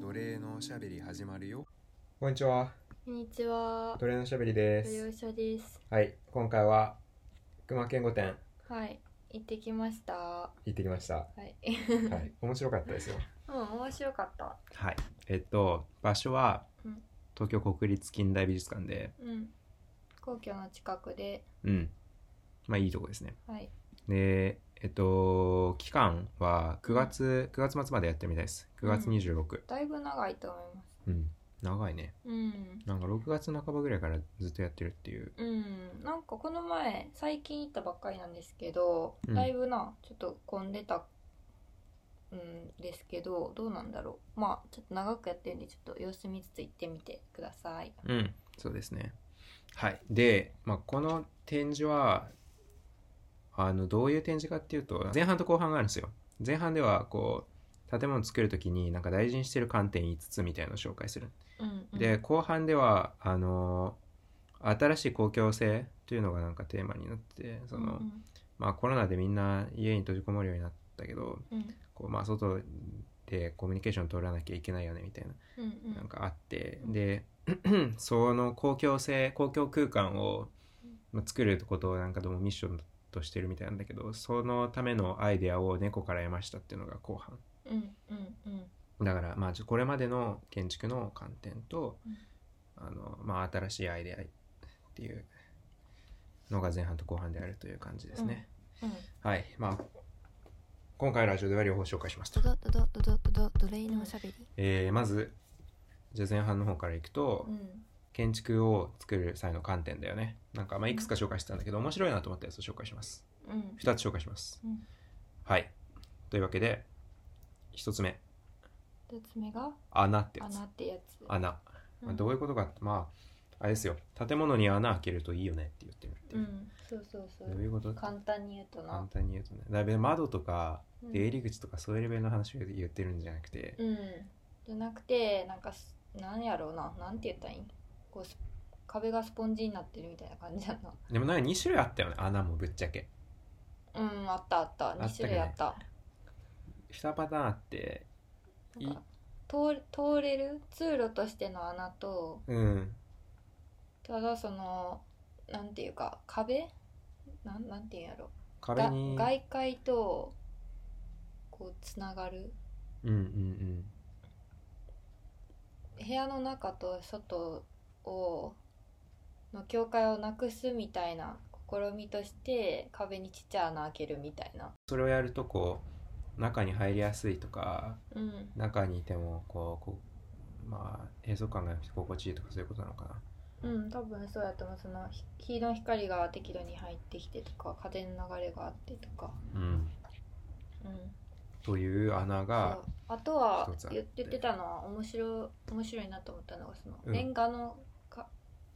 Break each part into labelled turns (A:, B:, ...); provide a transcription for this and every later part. A: 奴隷のおしゃべり始まるよこんにちは
B: こんにちは。
A: 奴隷のおしゃべりで
B: ご
A: す
B: 了承です。
A: はい今回は熊健吾店
B: はい、行ってきました。は。
A: 行ってきましたはいい面白かったですよ
B: うん、面白かった。
A: はいえっと場所は
B: うん
A: 東京国立近代美術館で
B: うん。皇居の近くで、
A: うんまあいいとこですね
B: はい。
A: でえっと期間は9月9月末までやってるみたいです9月
B: うん
A: 26
B: だいぶ長いと思います。
A: うん、長いね
B: うん。
A: なんか6月半ばぐらいからずっとやってるっていう
B: うん、なんかこの前最近行ったばっかりなんですけど、
A: うん
B: だいぶなちょっと混んでたうんですけどどうなんだろうまあちょっと長くやってるんでちょっと様子見つつ行ってみてください
A: うん、そうですね。はい。で、まあ、この展示は、あの、どういう展示かっていうと、前半と後半があるんですよ。前半では、こう、建物作るときに、なんか大事にしてる観点5つみたいなのを紹介する。
B: うん、うん、
A: で、後半では、あの、新しい公共性というのがなんかテーマになって、その、
B: うん
A: まあ、コロナでみんな家に閉じこもるようになったけど、
B: うん
A: こう、まあ、外でコミュニケーション取らなきゃいけないよね、みたいな。
B: うんうん
A: なんかあって、
B: うん
A: で その公共性公共空間を
B: うん、
A: まあ作ることをなんかどうもミッションとしてるみたいなんだけどそのためのアイデアを猫から得ましたっていうのが後半
B: うんうんうん
A: だからまあちょこれまでの建築の観点と、
B: うん
A: あのまあ、新しいアイデアっていうのが前半と後半であるという感じですね、
B: うん
A: はいまあ今回のラジオでは両方紹介しますと
C: ドドドドドドドドレイのおしゃべり。
A: えーまずじゃあ前半の方からいくと、
B: うん
A: 建築を作る際の観点だよねなんかまあいくつか紹介してたんだけど面白いなと思ったやつを紹介します
B: うん
A: 2つ紹介します
B: うん
A: はいというわけで1つ目
B: 二つ目が
A: 穴ってやつ
B: 穴ってやつ
A: 穴、まあ、
B: ん
A: どういうことかってまああれですよ建物に穴開けるといいよねって言ってるって
B: う
A: いう、
B: んそうそうそ
A: どういううこと
B: 簡単に言うと
A: 簡
B: な
A: 単に言うとねだいぶ窓とか
B: うん
A: 出入り口とかそういうレベルの話を言ってるんじゃなくて、
B: うんじゃなくてなんかすなんやろうななんて言ったらいいんこうす壁がスポンジになってるみたいな感じやな
A: でもなんか2種類あったよね穴もぶっちゃけ
B: うんあったあった
A: た
B: 二種類あった
A: 2パターンあってい
B: なんか通通れる通路としての穴と
A: うん
B: ただそのなんていうか壁なんなんていうんやろ
A: 壁
B: が
A: に
B: 外界とこうつながる
A: うんうんうん
B: 部屋の中と外をの境界をなくすみたいな試みとして壁にちっちゃい穴開けるみたいな。
A: それをやるとこう中に入りやすいとか
B: うん、
A: 中にいてもこうこうまあ閉塞感がなくて心地いいとかそういうことなのかな
B: うん、多分そうやと思うそのひ日の光が適度に入ってきてとか風の流れがあってとか、
A: うん
B: うん、
A: という穴が
B: そうあとは
A: 一つあって
B: 言言ってたのは面白い面白いなと思ったのがその、
A: うん
B: レンガのか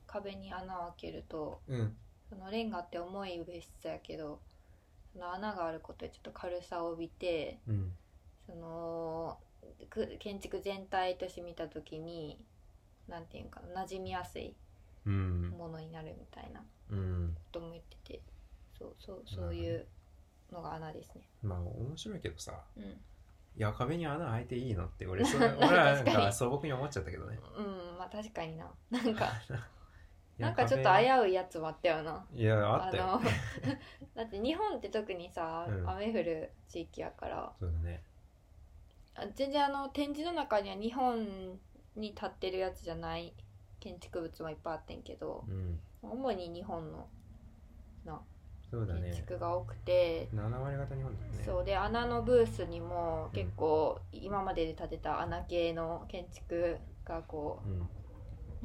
B: 壁に穴を開けると
A: うん
B: そのレンガって重い物質やけどその穴があることでちょっと軽さを帯びて
A: うん
B: そのく建築全体として見た時になんていうんかな馴染みやすい
A: うん
B: ものになるみたいなこ
A: うん
B: とも言っててそうそうそういうのが穴ですね。
A: まあ面白いけどさ
B: うん、
A: いや壁に穴開いていいのって俺それ俺はなん
B: 確か
A: か
B: に
A: 素朴に思っちゃったけどね
B: うん、まあ確かにな なんか
A: いや
B: なんかちょっと
A: 壁
B: 危ういやつもあったよな。
A: いやあったよ
B: の だって日本って特にさ、
A: うん
B: 雨降る地域やから
A: そうだね
B: あ全然あの展示の中には日本に立ってるやつじゃない建築物もいっぱいあってんけど
A: うん
B: 主に日本の
A: そうだ
B: 建
A: ね
B: 築が多くて、
A: 7割方日本だよね
B: そうで穴のブースにも結構今までで建てた穴系の建築がこ
A: うん
B: う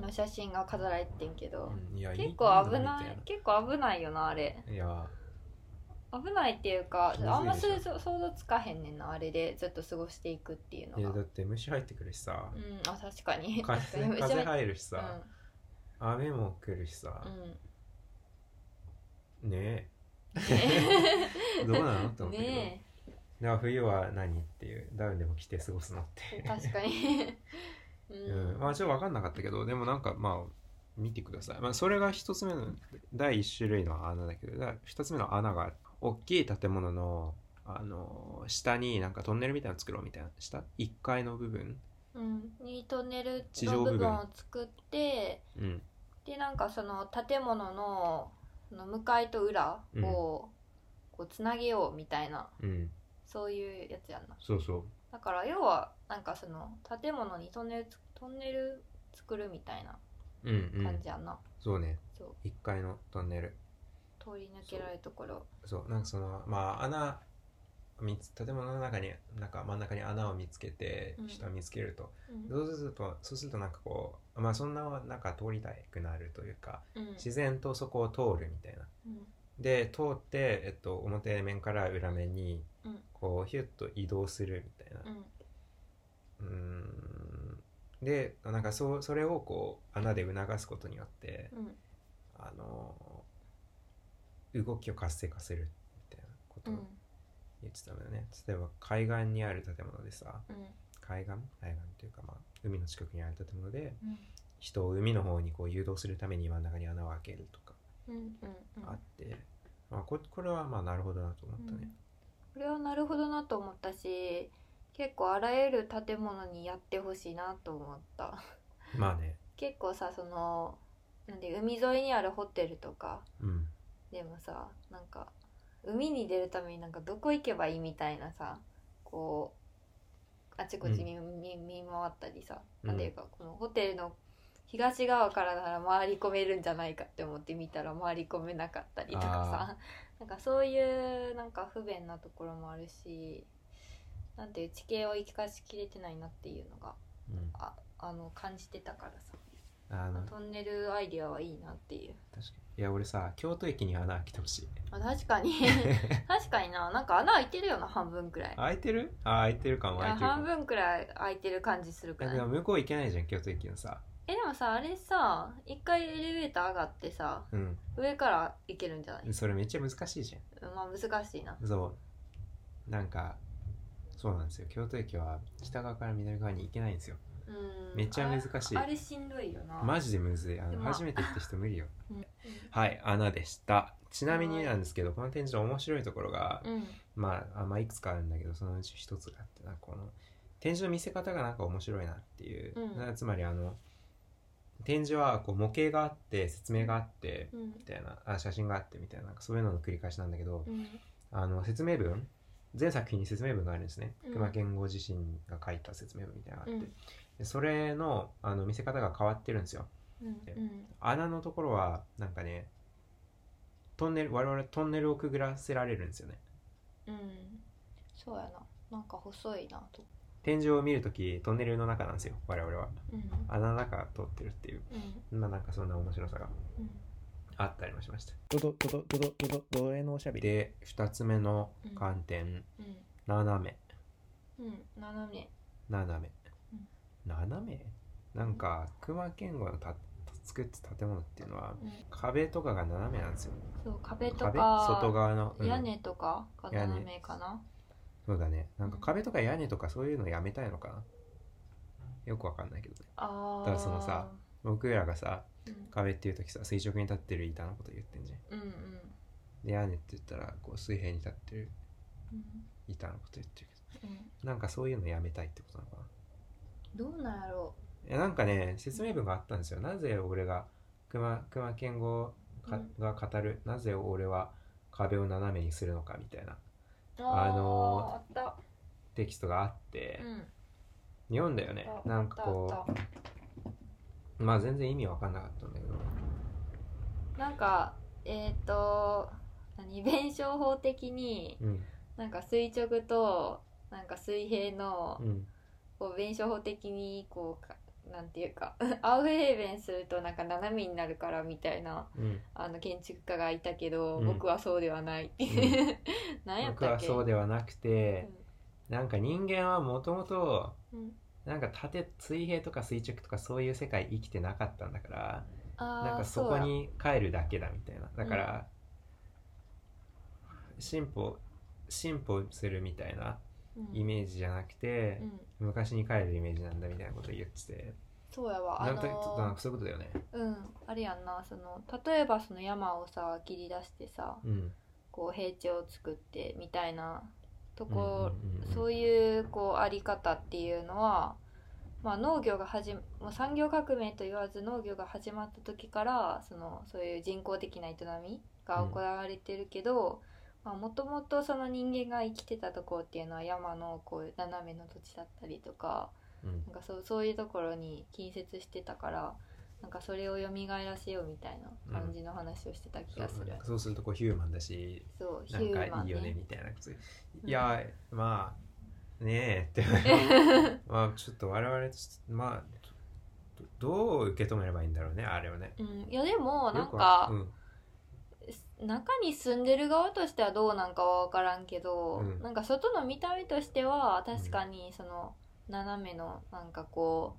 B: の写真が飾られてんけど、
A: うんいや
B: 結構危
A: いい
B: ない
A: のみ
B: 結構危ないよなあれ
A: たいないや
B: 危ないっていうか
A: 気まずいでしょ
B: あんまそれそ想像つかへんねんなあれでずっと過ごしていくっていう
A: いや
B: の
A: だ
B: が
A: って虫入ってくるしさ、
B: うんあ確かに確か
A: 風
B: にめちゃ
A: 風
B: めちゃ
A: 入るしさ、雨も来るしさ
B: う、ん、うん
A: ね
B: ね
A: え どうなのって思ったけど、
B: ね
A: だから冬は何っていうダウンでも着て過ごすのって
B: え確かに う、
A: うんん、まあちょっと分かんなかったけどでもなんかまあ見てください、まあ、それが一つ目の第一種類の穴だけどだ二つ目の穴が大きい建物のあの下になんかトンネルみたいなの作ろうみたいな下1階の部分
B: うん、にトンネル
A: 地
B: の
A: 上部
B: 部
A: 分
B: 分を作って
A: うん
B: でなんかその建物のその向かいと裏を
A: うん
B: こうつなげようみたいな、
A: うん
B: そういうやつやんな
A: そうそう
B: だから要はなんかその建物にトンネルつトンネル作るみたいな
A: うんう
B: 感
A: ん
B: じやんな、
A: そうね
B: そう
A: 1階のトンネル
B: 通り抜けられるところ
A: そうなんかそのまあ穴みつ建物の中になんか真ん中に穴を見つけて
B: うん
A: 下を見つけると、
B: うん
A: そうするとそうするとなんかこうまあそんななんか通りたくなるというか
B: うん
A: 自然とそこを通るみたいな
B: うん
A: で通って、えっと、表面から裏面に
B: うん
A: こうヒュッと移動するみたいな
B: うん
A: うーんでなんかそうそれをこう穴で促すことによって
B: うん
A: あの動きを活性化するみたいなこと
B: う
A: を
B: ん
A: 言ってたのよね、例えば海岸にある建物でさ
B: うん
A: 海岸海岸というか、まあ、海の近くにある建物で
B: うん
A: 人を海の方にこう誘導するために真ん中に穴を開けるとか
B: うんうんうん
A: あって、まあ、ここれはまあなるほどなと思ったね。
B: これはなるほどなと思ったし結構あらゆる建物にやってほしいなと思った
A: まあね、
B: 結構さそのなんで海沿いにあるホテルとか
A: うん、
B: でもさなんか海に出るためになんかどこ行けばいいみたいなさこうあちこち見,、見見回ったりさ、なんていうかこのホテルの東側からなら回り込めるんじゃないかって思って見たら回り込めなかったりとかさ なんかそういうなんか不便なところもあるしなんていう地形を生かしきれてないなっていうのが
A: うん、
B: ああの感じてたからさ
A: あの確か
B: トンネルアイディアはいいなっていう。
A: にいや俺さ京都駅に穴開けてほしい
B: あ確 かに確かにななんか穴開いてるよな半分くらい
A: 開いてるあ開いてるかも開い
B: あ
A: てるか
B: 半
A: も
B: 分くらい開いてる感じするく
A: え
B: らい
A: でも向こう行けないじゃん京都駅のさ
B: えでもさあれさ一回エレベーター上がってさ
A: うん
B: 上から行けるんじゃない
A: それめっちゃ難しいじゃ
B: まあ難しいなん
A: そうなんかそうなんですよ京都駅は北側から南側に行けないんですよ
B: うん
A: めっちゃ難しい
B: あれあれしんどいよな
A: マジでむずいあ
B: で
A: の
B: も
A: 初めて行った人無理よ
B: うん
A: はい穴でしたちなみになんですけどこの展示の面白いところが、
B: うん
A: まああまあいくつかあるんだけどそのうち一つがあってなんかこの展示の見せ方がなんか面白いなっていう、
B: うん
A: なつまりあの展示はこう模型があって説明があって
B: う
A: み
B: ん
A: たいなあ写真があってみたいななんかそういうのの繰り返しなんだけど、
B: うん
A: あの説明文全作品に説明文があるんですね、
B: うん
A: 熊健吾自身が書いた説明文みたいなのがあって、
B: うん
A: でそれのあの見せ方が変わってるんですよ
B: うんうん
A: 穴のところはなんかねトンネル我々トンネルをくぐらせられるんですよね
B: うんそうやななんか細いなと
A: 天井を見るときトンネルの中なんですよ我々は
B: うん
A: 穴の中通ってるっていう
B: うん
A: まあなんかそんな面白さが
B: うん
A: あったりもしました
D: ドドドドドドド奴隷のおしゃべり
A: で2つ目の観点、
B: うん
A: 斜め
B: うん斜め
A: 斜め、
B: うん
A: 斜めなんか熊健吾のた作ってた建物っていうのは
B: うん
A: 壁とかが斜めなんですよ
B: そう壁と
A: 壁
B: か
A: 外側の、うん
B: 屋根とかが斜めかな
A: そうだねなんか壁とか屋根とかそういうのやめたいのかなよくわかんないけどね
B: ああ
A: だからそのさ僕らがさ
B: うん
A: 壁っていう時さ垂直に立ってる板のこと言ってんじゃん
B: うんうん
A: で屋根って言ったらこう水平に立ってる
B: うん
A: 板のこと言ってるけ
B: うん
A: どなんかそういうのやめたいってことなのかな
B: どうなんやろ
A: えなんかね説明文があったんですよなぜ俺が熊熊健吾か
B: うん
A: が語る、なぜ俺は壁を斜めにするのかみたいな
B: う
A: あのー
B: あーあっ
A: テキストがあったて
B: う、ん
A: 読んだよね
B: あ
A: なんか
B: あ
A: こ
B: ったあっ
A: うまあ全然意味わかんなかったんだけど
B: たなんかえっ、ー、と何弁証法的に
A: うん
B: なんか垂直となんか水平の
A: うん
B: こう弁証法的にこうかなんていうか アウフヘーベンするとなんか斜めになるからみたいな
A: うん
B: あの建築家がいたけど、
A: うん
B: 僕はそうではないっていう、
A: う
B: 何やっ
A: 僕
B: たっ
A: は
B: け
A: そうではなくて、
B: う
A: なんか人間はもともと
B: んうん
A: なんか縦水平とか垂直とかそういう世界生きてなかったんだから
B: あー
A: なんかそこに帰るだけだみたいなだから、進歩進歩するみたいな
B: そうや
A: イメージじゃなくて
B: う、ん、うん
A: 昔に帰るイメージなんだみたいなこと言ってて、
B: そうやわあ
A: なんかちょっとなん
B: の
A: かそういうことだよね
B: うんあれやんなその例えばその山をさ切り出してさ
A: うん
B: こう平地を作ってみたいなとこ、
A: うんうんうんうん
B: そういうこうあり方っていうのはまあ、農業が始まもう産業革命と言わず農業が始まった時からそのそういう人工的な営みが行われてるけどもともとその人間が生きてたところっていうのは山のこう斜めの土地だったりとか
A: うん
B: なんかそうそういうところに近接してたからなんかそれを蘇らせようみたいな感じの話をしてた気
A: そ
B: が
A: う
B: する
A: なん。かそうするとこうヒューマンだし
B: そうヒ
A: なん
B: ュー
A: か
B: マ
A: い
B: ン
A: いよね
B: ね
A: みたいなこと
B: うん
A: いやまあねえって まあちょっと我々としてまあどどう受け止めればいいんだろうねあれをね
B: うん、いやでもな
A: よ
B: ん
A: く
B: か
A: わ、うん
B: 中に住んでる側としてはどうなんかは分からんけど、
A: うん
B: なんか外の見た目としては確かにその斜めのなんかこ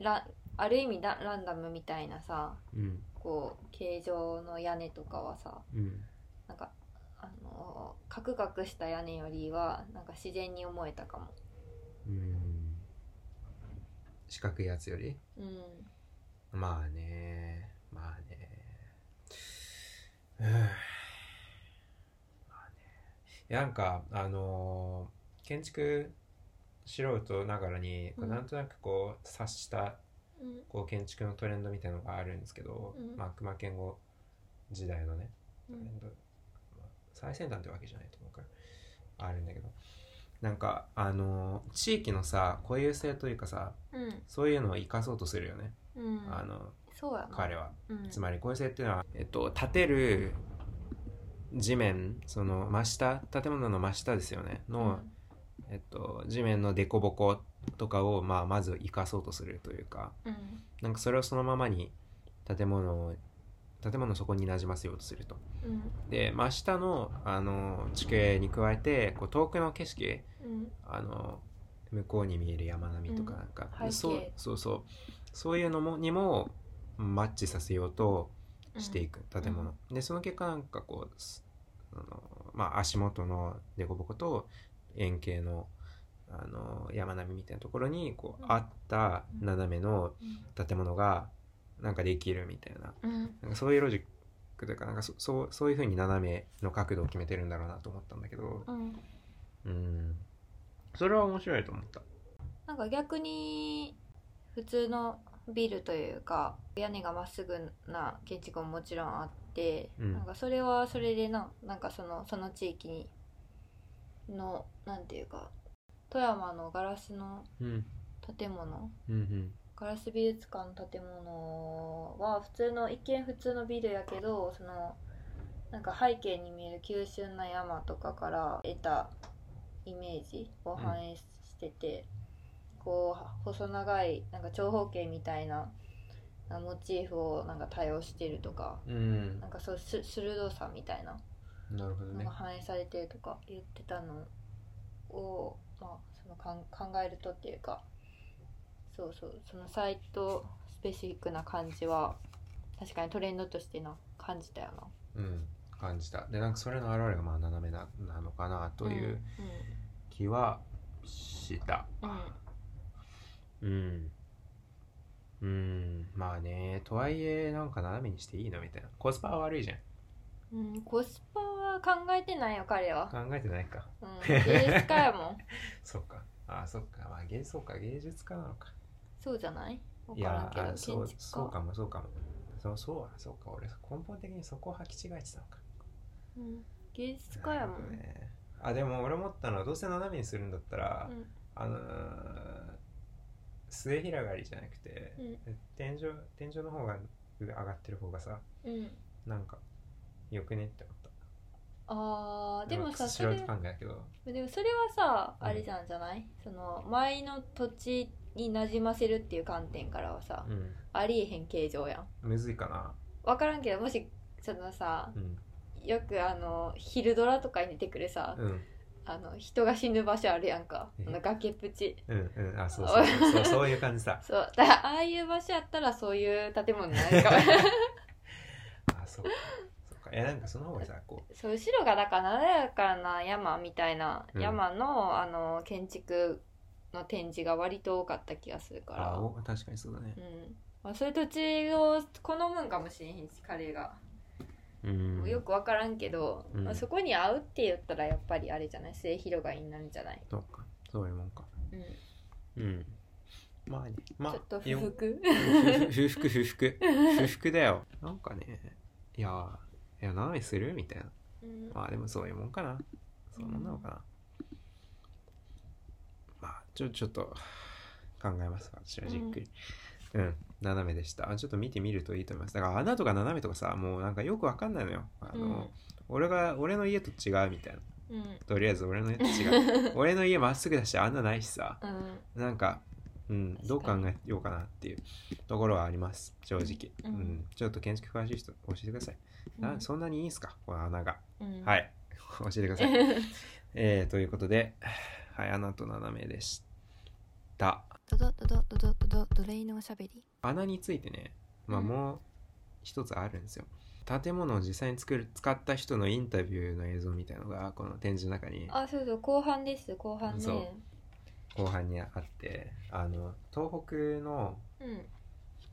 B: うラある意味ラランダムみたいなさ
A: うん
B: こう形状の屋根とかはさ
A: うん
B: なんかあのカクカクした屋根よりはなんか自然に思えたかも。
A: うん四角いやつより
B: うん、
A: まあねまあね うーんまあねいやなんかあのー建築素人ながらに、
B: うん
A: なんとなくこう察した
B: うん
A: こう建築のトレンドみたいなのがあるんですけど、
B: うん
A: まあ熊健吾時代のね
B: う
A: トレ
B: ん
A: ンド、まあ最先端ってわけじゃないと思うからあるんだけどなんかあのー地域のさ固有性というかさ
B: うん
A: そういうのを生かそうとするよね、
B: うん、
A: あの
B: そうやな
A: 彼は。
B: うん、
A: つまり構成っていうのは、えっと、建てる地面その真下建物の真下ですよね
B: う
A: の、えっと、地面の凸凹とかを、まあ、まず生かそうとするというか
B: ん
A: なんかそれをそのままに建物を建物の底になじませようとすると。
B: うんうん
A: で真下のあの地形に加えてこう遠くの景色
B: うん
A: あの向こうに見える山並みとかなんか、
B: うん背景
A: そうそうそうそういうのもにもマッチさせようと
B: うん、
A: していく建物、でその結果なんかこうすあの、まあ、足元の凸凹と円形のあの山並みみたいなところにこう、
B: うん
A: あった斜めの建物がなんかできるみたいな
B: うん
A: なんかそういうロジックというかなんかそそうそういうふうに斜めの角度を決めてるんだろうなと思ったんだけど
B: うん
A: うんそれは面白いと思った。
B: なんか逆に普通のビルというか屋根がまっすぐな建築ももちろんあって、
A: うん
B: なんかそれはそれでななんかそのその地域にのなんていうか富山のガラスの
A: うん
B: 建物
A: うんうん
B: ガラス美術館の建物は普通の一見普通のビルやけどそのなんか背景に見える急峻な山とかから得たイメージを反映してて、こう細長いなんか長方形みたいなあモチーフをなんか多用してるとか
A: うん
B: なんかそうす鋭さみたいな
A: なるほど
B: の
A: ね
B: が。反映されてるとか言ってたのを、まあ、そのかん考えるとっていうかそうそうそのサイトスペシフィックな感じは確かにトレンドとしてな感じたよ
A: う
B: な。
A: ん感じた。でなんかそれの表れがまあ斜めななのかなという。気はした。
B: うん、うん
A: うん。うん、まあね、とはいえ、なんか斜めにしていいのみたいな。コスパは悪いじゃん。
B: うんうん、コスパは考えてないよ彼は、
A: 考えてないか。
B: うん、芸術家やもん
A: そっか。あそっか。まあ、芸そうか、芸術家なのか。
B: そうじゃないわ
A: い
B: からん
A: や
B: けど
A: ー、あ
B: 建
A: そう
B: 築家
A: そうかも、そうかも。そうそうだそうか。俺、根本的にそこを履き違えてたのか。
B: うん、芸術家や
A: な
B: も
A: るほ
B: ん、
A: どねあ、でも俺思ったのは、どうせ斜めにするんだったら、
B: うん
A: あのー、末広がりじゃなくて、天井、天井の方が上上がってる方がさ、
B: うんうん、
A: なんか、よくねって思った。
B: あーでもさそ
A: 素
B: れ
A: 人考えだけど。
B: でもそれはさ
A: うん
B: あれじゃんじゃないその前の土地になじませるっていう観点からはさ、
A: うん。
B: ありえへん形状やん
A: むずいかな。
B: 分からんけどもしそのさ
A: うん。
B: よくあの昼ドラとかに出てくるさ、
A: うん。
B: あの人が死ぬ場所あるやんか
A: え
B: あの崖っぷち
A: うん。うん。あ、そう そうそう。そうそういう感じさ。
B: そうだからああいう場所やったらそういう建物になるかも
A: あ、そうか。そうか。え、なんかその方がさ、こ
B: そう後ろがだからなだやかな山みたいな、
A: うん
B: 山のあの建築の展示が割と多かった気がする
A: う。
B: から
A: あ、お確かにそうだね
B: う。んまあ、そういう土地を好むんかもしれへんし彼が、
A: うん。
B: よく分からんけど、
A: うん
B: まあ、そこに合うって言ったらやっぱりあれじゃない末広がりになるんじゃない、
A: そうか。そういうもんか。
B: うん
A: うん。まあねまあ
B: ちょっと
A: よ
B: 不 服
A: 不服不服 不服だよなんかねいやいや何するみたいな
B: うん
A: まあでもそういうもんかなそういうもんなのかな、まあちょちょっと考えます私はじっくりうん、斜めでしたあちょっと見てみるといいと思いますだから穴とか斜めとかさもうなんかよくわかんないのよあの、俺が俺の家と違うみたいな
B: うんうん
A: とりあえず俺 の家と違う俺の家まっすぐだし穴ないしさ、
B: うん
A: なんか、うん、どう
B: 確
A: 考
B: かに
A: えようかなっていうところはあります正直、う
B: うんん
A: ちょっと建築詳しい人教えてください、なそんなにいいんすかこの穴が、
B: うん
A: はい 教えてくださ い、えー、ということではい穴と斜めでした
C: ドドドドドドドドドレイのおしゃべり
A: 穴についてね、まあ、
B: うん
A: もう一つあるんですよ、建物を実際に作る使った人のインタビューの映像みたいのがこの展示の中に
B: あそうそう後半です後半ね
A: そう後半にあってあの東北の
B: うん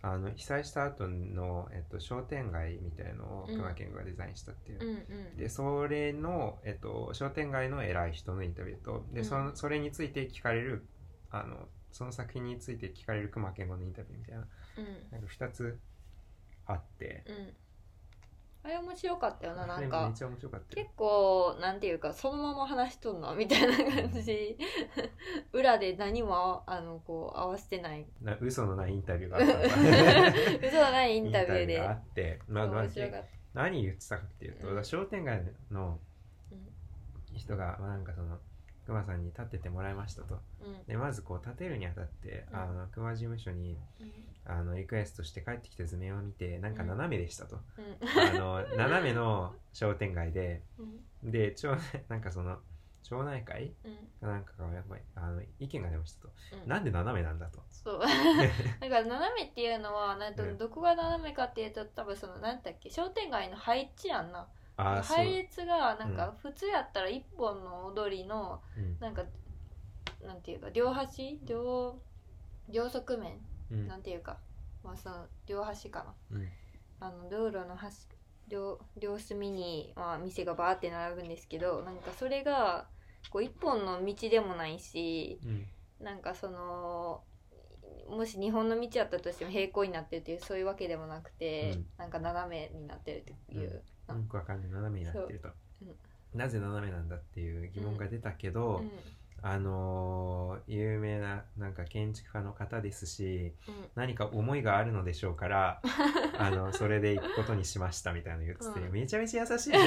A: あの被災した後の、えっと、商店街みたいのを
B: うん
A: 熊本県がデザインしたっていう、
B: うんうん
A: でそれの、えっと、商店街の偉い人のインタビューとで、
B: うん
A: そのそれについて聞かれるあのその作品について聞かれる熊健吾のインタビューみたいな
B: うん
A: なんか2つあって
B: うんあれ面白かったよななん
A: あれ
B: か
A: めっちゃ面白かったよ
B: 結構なんていうかそのまま話しとんのみたいな感じ 裏で何もああのこう合わせて ない
A: な嘘のないインタビューがあった
B: 嘘のないインタビュー
A: インタビュー
B: で
A: があって、まあまあ
B: 面白かった
A: 何言ってたかっていうと、
B: うん
A: 商店街の
B: うん
A: 人が、まあ、なんかその熊さんに立っててもらいましたと。
B: うん
A: でまずこう立てるにあたって、
B: うん
A: あの熊事務所にあのリクエストして帰ってきた図面を見てなんか
B: うん
A: 斜めで したと、
B: うん
A: あの斜めの商店街で
B: うん
A: で町内なんかその町内会
B: うん
A: かなんかがやっぱりあの意見が出ましたと、
B: うん
A: なんで斜めなんだと
B: そう なんか斜めっていうのはなんと
A: うん
B: どこが斜めかっていうと多分そのなんだっけ商店街の配置やんな
A: ああそう、
B: 配列がなんか普通やったら一本の踊りの
A: うん
B: なんかなんていうか両端両両側面
A: うん
B: なんていうかまあその両端か
A: うん
B: なあの道路の端両両隅に、まあ、店がバーって並ぶんですけどなんかそれがこう一本の道でもないし
A: うん
B: なんかそのもし日本の道やったとしても平行になってるっていうそういうわけでもなくて、
A: うん
B: なんか斜めになってるっていう、
A: よくわかんない斜めになってると、
B: そう
A: なぜ斜めなんだっていう疑問が出たけど、
B: うんうん
A: あのー有名ななんか建築家の方ですし何か思いがあるのでしょうから あのそれで行くことにしましたみたいなの言ってて、
B: うん
A: めちゃめちゃ優しいじゃ ん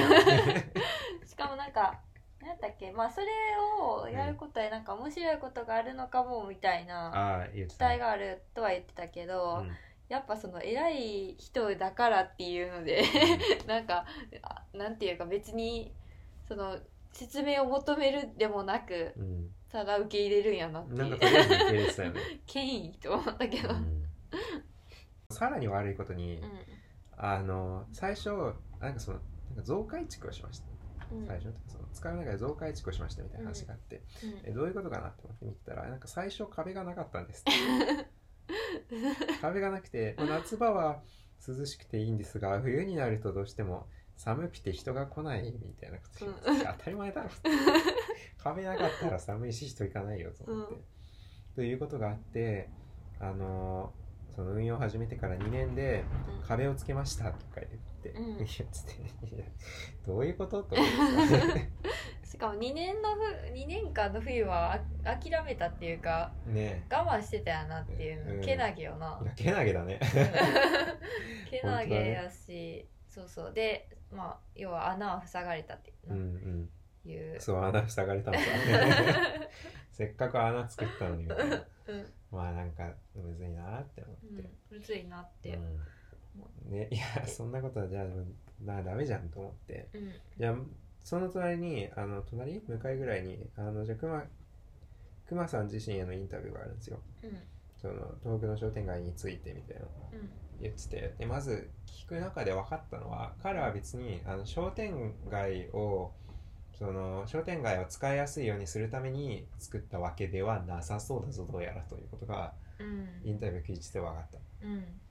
B: しかもなんか何だっけまあそれをやることでなんか面白いことがあるのかもみたいな
A: ああ言って
B: 期
A: た
B: 待があるとは言ってたけど、
A: うん
B: やっぱその偉い人だからっていうので なんかあなんていうか別にその説明を求めるでもなく
A: うん
B: ただ受け入れるんやなって
A: ないん
B: う
A: かとりあえず受け入れてたよね、
B: 権威と思ったけど、
A: う
B: うん
A: んさらに悪いことに、あの最初なんかそのなんか増改築をしました
B: うん
A: 最初の時その使う中で増改築をしましたみたいな話があって、えどういうことかなって思って見てたらなんか最初壁がなかったん ですって壁がなくてもう夏場は涼しくていいんですが冬になるとどうしても寒くて人が来ないみたいなこと言って当たり前だろって壁なかったら寒いし人行かないよと思って、
B: うん
A: ということがあってあのーその運用を始めてから2年で壁をつけましたとか言って、
B: う ん
A: 言ってていやどういうことと思ってさ
B: うんしかも2年のふ二年間の冬はあ諦めたっていうか
A: ね
B: 我慢してたやなっていう、
A: うん
B: けなげよな
A: えいやけなげだ ね
B: けなげやし、そうそうでまあ要は穴は塞がれたって
A: うんうん
B: いう、
A: そう穴塞がれたのさせっかく穴作ったのにみたいな
B: うん
A: まあなんかむずいなって思って、
B: うん、むずいなって、
A: うんね、いやそんなことはじゃあなダメじゃんと思って
B: うん
A: じゃあその隣にあの隣向かいぐらいにあのじゃあ熊熊さん自身へのインタビューがあるんですよ
B: うん
A: その東北の商店街についてみたいな
B: うん
A: 言っててでまず聞く中で分かったのは彼は別にあの商店街をその商店街を使いやすいようにするために作ったわけではなさそうだぞどうやらということがイ
B: う
A: ンタビュー記事で分かった
B: んうん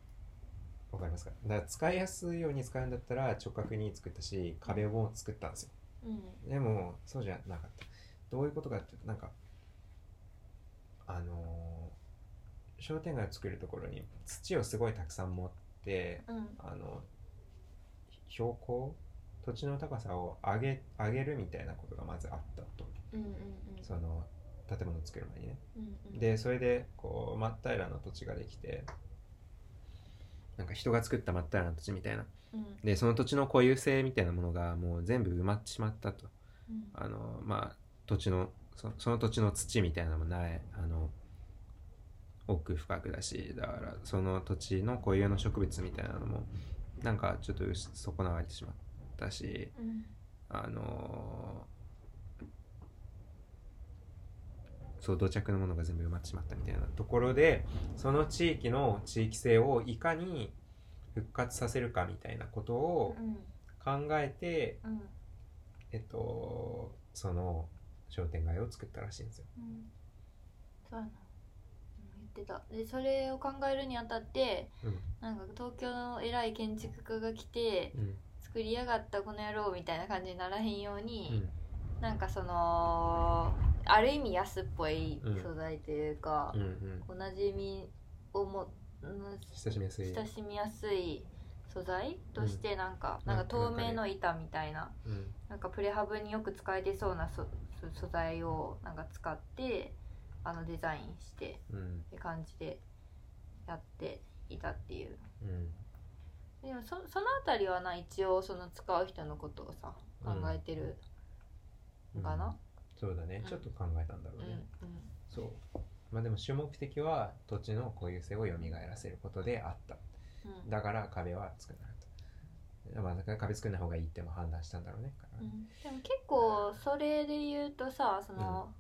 A: わかりますかだから使いやすいように使うんだったら直角に作ったし壁も作ったんですよ
B: うん
A: でもそうじゃなかったどういうことかっていうとなんかあのー商店街を作るところに土をすごいたくさん持って
B: うん
A: あの標高土地の高さを上げ上げるみたいなことがまずあったと
B: うんうん
A: その建物を作る前にね
B: うんうん
A: でそれでこう真っ平らな土地ができてなんか人が作った真っ平らな土地みたいな
B: うん
A: でその土地の固有性みたいなものがもう全部埋まってしまったと
B: うん
A: あのまあ土地のそその土地の土みたいなのもないあの奥深くだしだからその土地の固有の植物みたいなのもなんかちょっと損なわれてしまったし
B: うん
A: あのそう土着のものが全部埋まってしまったみたいなところでその地域の地域性をいかに復活させるかみたいなことを
B: う
A: 考
B: ん
A: えて、
B: うん
A: えっと、その商店街を作ったらしいんですよ。
B: うんそうやなうん言ってたでそれを考えるにあたって
A: うん
B: なんか東京の偉い建築家が来て作りやがったこの野郎みたいな感じにならへんように、なんかそのある意味安っぽい素材というか、
A: うんうん
B: おなじみをもうん
A: 親しみやすい。
B: 親しみやすい素材としてなんか、
A: うん
B: なんか透明の板みたいな
A: うん
B: なんかプレハブによく使えてそうなそそ素材をなんか使ってあのデザインして
A: うん
B: って感じでやっていたっていう
A: うん
B: でもそその辺りはな一応その使う人のことをさ考
A: うん
B: えてる
A: うん
B: のかな、
A: そうだね、
B: うん
A: ちょっと考えたんだろう
B: うん
A: ね。
B: うん
A: そう。まあでも主目的は土地の固有性を蘇らせることであった。
B: うん
A: だから壁は作らなかった。まあ、だから壁作んない方がいいっても判断したんだろうね。
B: うんでも結構それで言うとさその、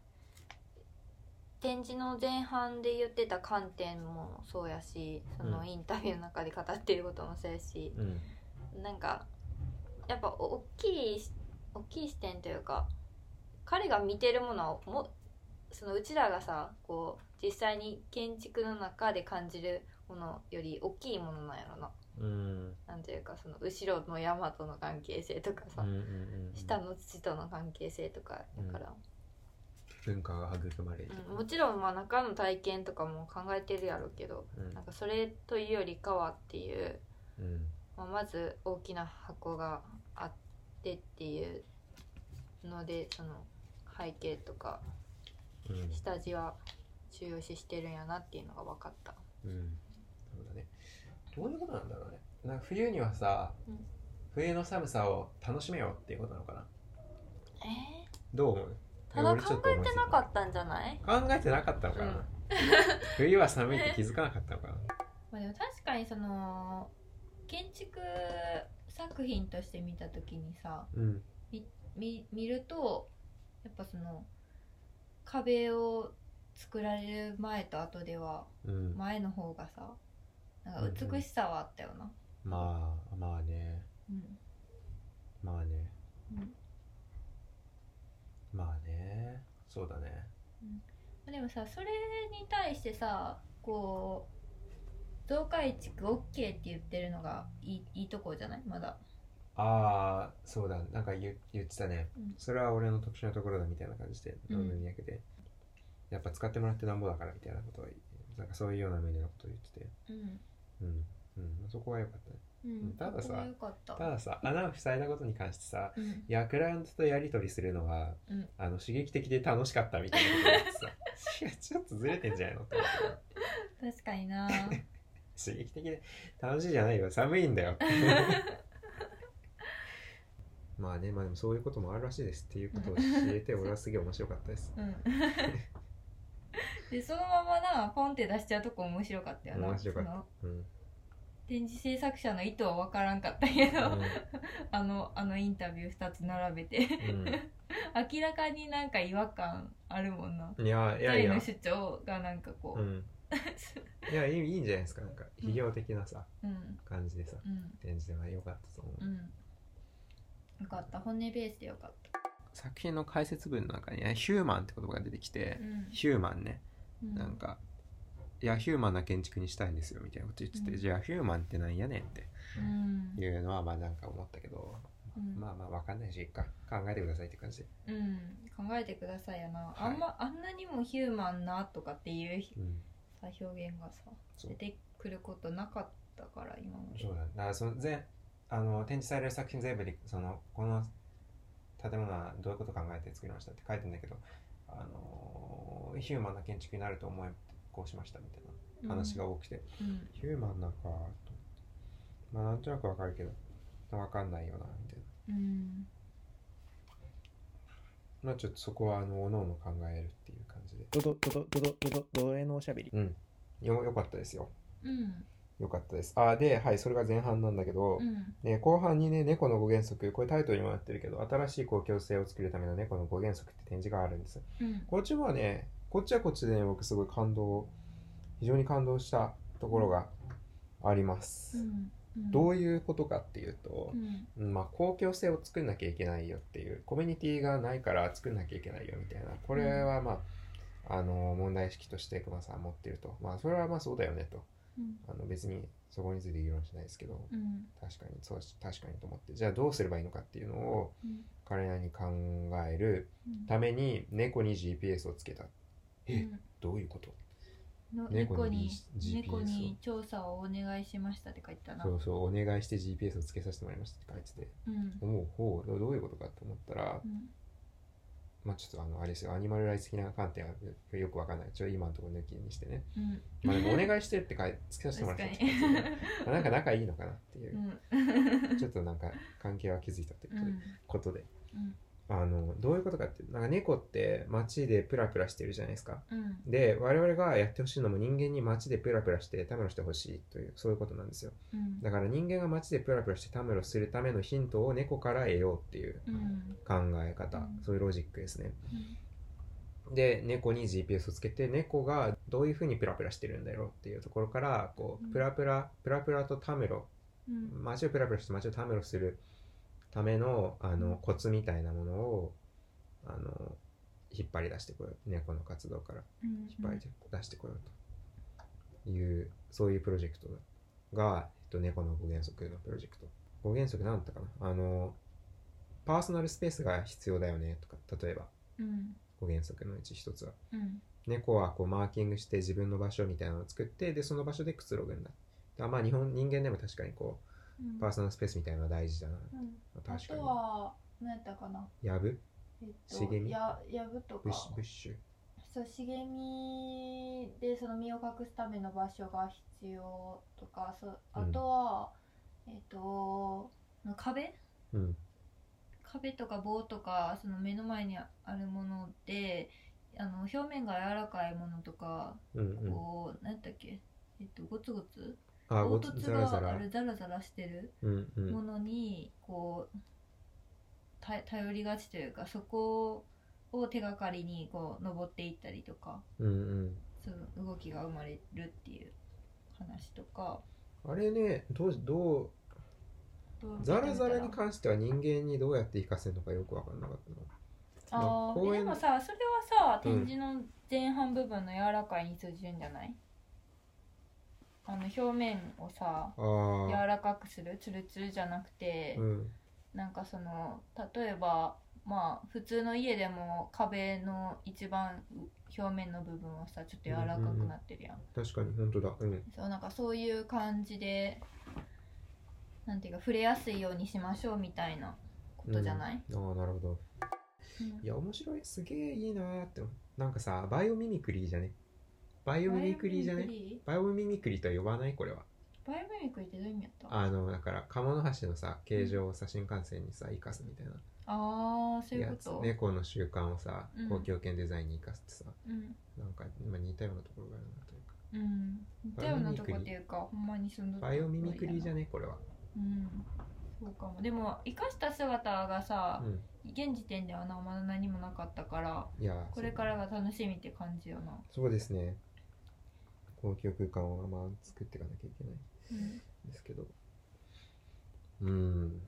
B: 展示の前半で言ってた観点もそうやしそうの
A: ん
B: インタビューの中で語ってることもそうやし、
A: うん
B: なんかやっぱお大きい大きい視点というか彼が見てるものはもそのうちらがさこう実際に建築の中で感じるものより大きいものなんやろな。
A: うん
B: なんていうかその後ろの山との関係性とかさ、
A: うんうんうん
B: 下の土との関係性とかだから、
A: 文化が育まれる。
B: うんもちろんまあ中の体験とかも考えてるやろうけど
A: うん
B: なんかそれというよりかはっていう、
A: うん
B: まあ、まず大きな箱があってっていうのでその背景とか
A: うん
B: 下地は重要視してるんやなっていうのが分かった。
A: うんそうだねどういうことなんだろうねなんか冬にはさ、
B: うん
A: 冬の寒さを楽しめようっていうことなのかな
B: え
A: どう思う
B: ただ考えてなかったんじゃない
A: た考えてなかったのかな、
B: うん
A: 冬は寒いって気づかなかったのかな
B: まあ、でも確かにその建築作品として見た時にさ、
A: うん
B: 見見るとやっぱその壁を作られる前と後では
A: うん
B: 前の方がさな
A: うん
B: ん
A: う
B: か
A: ん
B: 美しさはあったよな、
A: まあまあね
B: うん
A: まあね
B: うん
A: まあねそうだね
B: まあでもさそれに対してさこう増改築 OK って言ってるのがいいいいとこじゃないまだ
A: ああそうだなんか言言ってたね、
B: うん
A: それは俺の特殊なところだみたいな感じで
B: うん
A: 論文に役で、やっぱ使ってもらってなんぼだからみたいなことをなんかそういうような目でのことを言ってて
B: うん、
A: うん、うん、そこは良かったね
B: うん、
A: たださ
B: そこが良かった
A: たださ穴を塞いだことに関してさ
B: うん
A: いやクライアントとやり取りするのは、
B: うん
A: あの刺激的で楽しかったみたいなこと言ってさ いやちょっとずれてんじゃないのって思って
B: 確か にな
A: 刺激的で楽しいじゃないよ寒いんだよまあねまあでもそういうこともあるらしいですっていうことを知れて俺はすげえ面白かったです
B: うんでそのままなポンって出しちゃうとこ面白かったよな
A: 面白かった
B: その
A: うん、うん
B: 展示制作者の意図は分からんかったけど、あのあのインタビュー2つ並べて明らかになんか違和感あるもんな
A: うん、いやいや
B: 2
A: い
B: 人
A: や
B: の主張がなんかこ
A: う
B: う、
A: んいやいいいいんじゃないですかなんか企業的なさ、
B: うん、
A: 感じでさ
B: うん
A: 展示は良かったと思う、
B: うんよかった本音ベースでよかった
A: 作品の解説文の中にねヒューマンって言葉が出てきて
B: う、ん
A: ヒューマンね
B: うん
A: なんか、いやヒューマンな建築にしたいんですよみたいなこと言ってて、
B: うん
A: じゃあヒューマンってなんやねんって
B: うん
A: いうのはまあなんか思ったけど、
B: うん
A: まあまあわかんないしいっか考えてくださいって感じで
B: うん考えてくださいよな、
A: はい
B: あんまあんなにもヒューマンなとかっていう
A: うん
B: さ表現がさ
A: そう
B: 出てくることなかったから今まで
A: そうだ,、ね、だからその全あの展示される作品全部にそのこの建物はどういうこと考えて作りましたって書いてんだけどあのヒューマンな建築になると思いこうしましたみたいな話が多くて、
B: うん
A: ヒューマンなのかと思ってまあなんとなくわかるけどわかんないよなみたいな
B: うん
A: まあちょっとそこはあのおのおの考えるっていう感じで
D: ドドドドドドドドドへのおしゃべり。
A: うんよよかったですよ
B: うん
A: よかったですあーではいそれが前半なんだけど、
B: うん
A: ね、後半にね、猫の五原則、これタイトルにもなってるけど、新しい公共性を作るための猫の五原則って展示があるんです。
B: うん
A: こっちはね、こっちはこっちでね、僕すごい感動、非常に感動したところがあります。
B: うん
A: ど
B: う
A: ういうことかっていうと、
B: ん
A: うんまあ、公共性を作んなきゃいけないよっていう、コミュニティがないから作んなきゃいけないよみたいな、これはまあ、あの、問題意識として熊さんは持ってると。まあ、それはまあそうだよねと。
B: うん
A: あの別にそこについて議論しないですけど、
B: うん
A: 確かにそうし確かにと思ってじゃあどうすればいいのかっていうのを
B: うん
A: 彼らに考えるために猫に GPS をつけたえ
B: うん
A: どういうこと
B: の
A: 猫
B: 猫
A: に
B: に
A: GPS
B: 猫に調査をお願いしましたって書いてたな
A: そうそうお願いして GPS をつけさせてもらいましたって書いてて
B: うん
A: 思うほうどういうことかと思ったら、
B: うん
A: まあちょっとあのあれですよアニマルライツ的な観点はよくわかんないちょ今のところ抜きにして ね
B: うん
A: まあでもお願いしてって書いつけさせてもら
B: 確
A: っ
B: か
A: たっ
B: に
A: て書いてたから まあなんか仲いいのかなっていうう、
B: ん
A: ちょっとなんか関係は築いたという
B: う
A: ことで
B: ん
A: ことで
B: うん
A: あのどういうことかってなんか猫って街でプラプラしてるじゃないですか
B: うん
A: で我々がやってほしいのも人間に街でプラプラしてたむろしてほしいというそういうことなんですよ
B: うん
A: だから人間が街でプラプラしてたむろするためのヒントを猫から得ようっていう
B: うん
A: 考え方、
B: うん
A: そういうロジックですね
B: うん
A: で猫に GPS をつけて猫がどういうふうにプラプラしてるんだろうっていうところからこ
B: う
A: うんプラプラプラプラとたむろ
B: うん
A: 街をプラプラして街をたむろするためのあ
B: う
A: の
B: ん
A: コツみたいなものをあの引っ張り出してこよう猫の活動から
B: うん
A: 引っ張り出してこようというそういうプロジェクトが、えっと、猫の5原則のプロジェクト5原則何だったかなあのパーソナルスペースが必要だよねとか例えば
B: うん
A: 5原則のうち1つは
B: うん
A: 猫はこうマーキングして自分の場所みたいなのを作ってでその場所でくつろぐんだあまあ日本人間でも確かにこう
B: うん
A: パーソナルスペースみたいなのは大事だな。
B: うんあ
A: 確か
B: と
A: に。
B: は何やったかな
A: やぶ
B: えっと
A: 茂み
B: ややぶと
A: ブ
B: か
A: ッシュブッシュ。
B: そう茂みでその身を隠すための場所が必要とかそうあとは、えっと壁
A: うん。
B: 壁とか棒とかその目の前にあるものであの表面が柔らかいものとか
A: うんうん。
B: こう、なん、何だっけえっとゴツゴツ
A: あ、ご
B: 凹
A: つ
B: 凸
A: ざらざ
B: があ
A: ら。
B: るザラザラしてる
A: うんう
B: も
A: ん。
B: のにこうた頼りがちというかそこを手がかりにこう登っていったりとか
A: うん
B: その動きが生まれるっていう話とか
A: うん。あれね、どう、ど
B: どう
A: う、ざらざらに関しては人間にどうやって活かせるのかよくわかんなかったな。
B: あー
A: 公園
B: でもさそれはさ
A: うん
B: 展示の前半部分の柔らかいに通じるんじゃない、あの表面をさ柔
A: ああ。
B: らかくするツルツルじゃなくて、
A: うん。
B: なんかその例えばまあ普通の家でも壁の一番表面の部分はさちょっと柔らかくなってるやん,、
A: 確かに、本当だ。うん。
B: そうなんかそういう感じでなんていうか触れやすいようにしましょうみたいなことじゃない、
A: ああ、なるほど。
B: うん
A: いや、面白い。すげえいいなーって思う。なんかさ、バイオミミクリーじゃねバイオミミクリーじゃねバイオミミクリーとは呼ばないこれは。
B: バイオミミクリってどういう意味やったあ
A: あの、だから、鴨の橋のさ、形状をさ、新幹線にさ、生かすみたいな。
B: あーそういう
A: や
B: こ
A: つ
B: と、
A: 猫の習慣をさ
B: うん
A: 公共権デザインに生かすってさ、
B: うん
A: なんか今似たようなところがあるなというか
B: うん似たようなとこっていうかほんまにその
A: バイオミミクリーじゃねこれは、
B: うんそうかもでも生かした姿がさ、
A: うん、
B: 現時点ではなまだ何もなかったから
A: いやー
B: これからが楽しみって感じよな、
A: そうそうですね公共空間をまあ作っていかなきゃいけない
B: うん
A: んですけどうん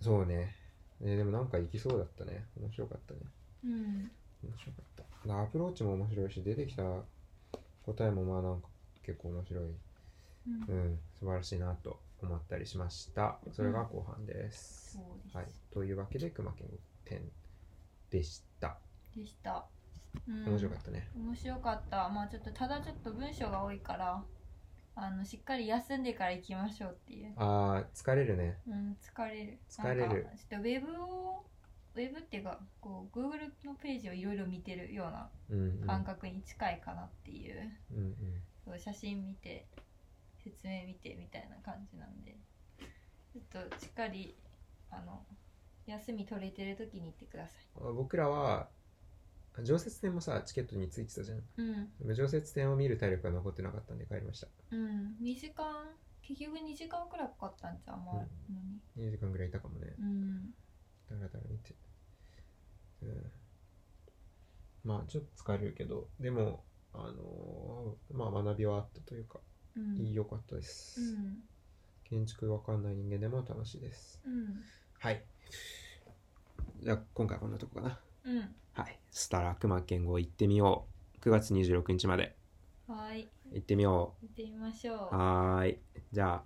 A: そうねえでもなんかいきそうだったね面白かったね
B: うん
A: 面白かったなアプローチも面白いし出てきた答えもまあなんか結構面白い
B: うん
A: うん、素晴らしいなと思ったりしました。それが後半です。
B: そうです
A: はい、というわけで、熊健吾展でした。
B: でしたうん
A: 面白かったね。
B: 面白かったまあちょっとただちょっと文章が多いからあのしっかり休んでから行きましょうっていう、
A: ああ、疲れるね。
B: うん、疲れる
A: 疲れる
B: なんかちょっとウェブをウェブっていうかこう Google のページをいろいろ見てるような
A: うん、うん。
B: 感覚に近いかなっていう、
A: うんうん。
B: そう写真見て説明見てみたいな感じなんでちょっとしっかりあの休み取れてる時に行ってくださ
A: 僕らは常設展もさチケットについてたじゃん
B: いうん
A: でも常設展を見る体力が残ってなかったんで帰りました
B: うん2時間結局2時間くらいかかったんじゃんまあのに
A: 2時間ぐらいいたかもね
B: うん
A: だらだら見てうんまあちょっと疲れるけどでもあのーまあ学びはあったというか
B: うん
A: いい良かったです、
B: うん
A: 建築わかんない人間でも楽しいです
B: うん
A: はいじゃあ今回はこんなとこかな
B: うん
A: はいスタラ悪魔剣豪行ってみよう9月26日まで
B: はーい
A: 行ってみよ
B: 見てみましょう
A: うはーいじゃあ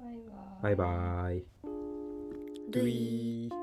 B: バイバーイ
A: バイバイ。
C: ドゥイー
A: ー。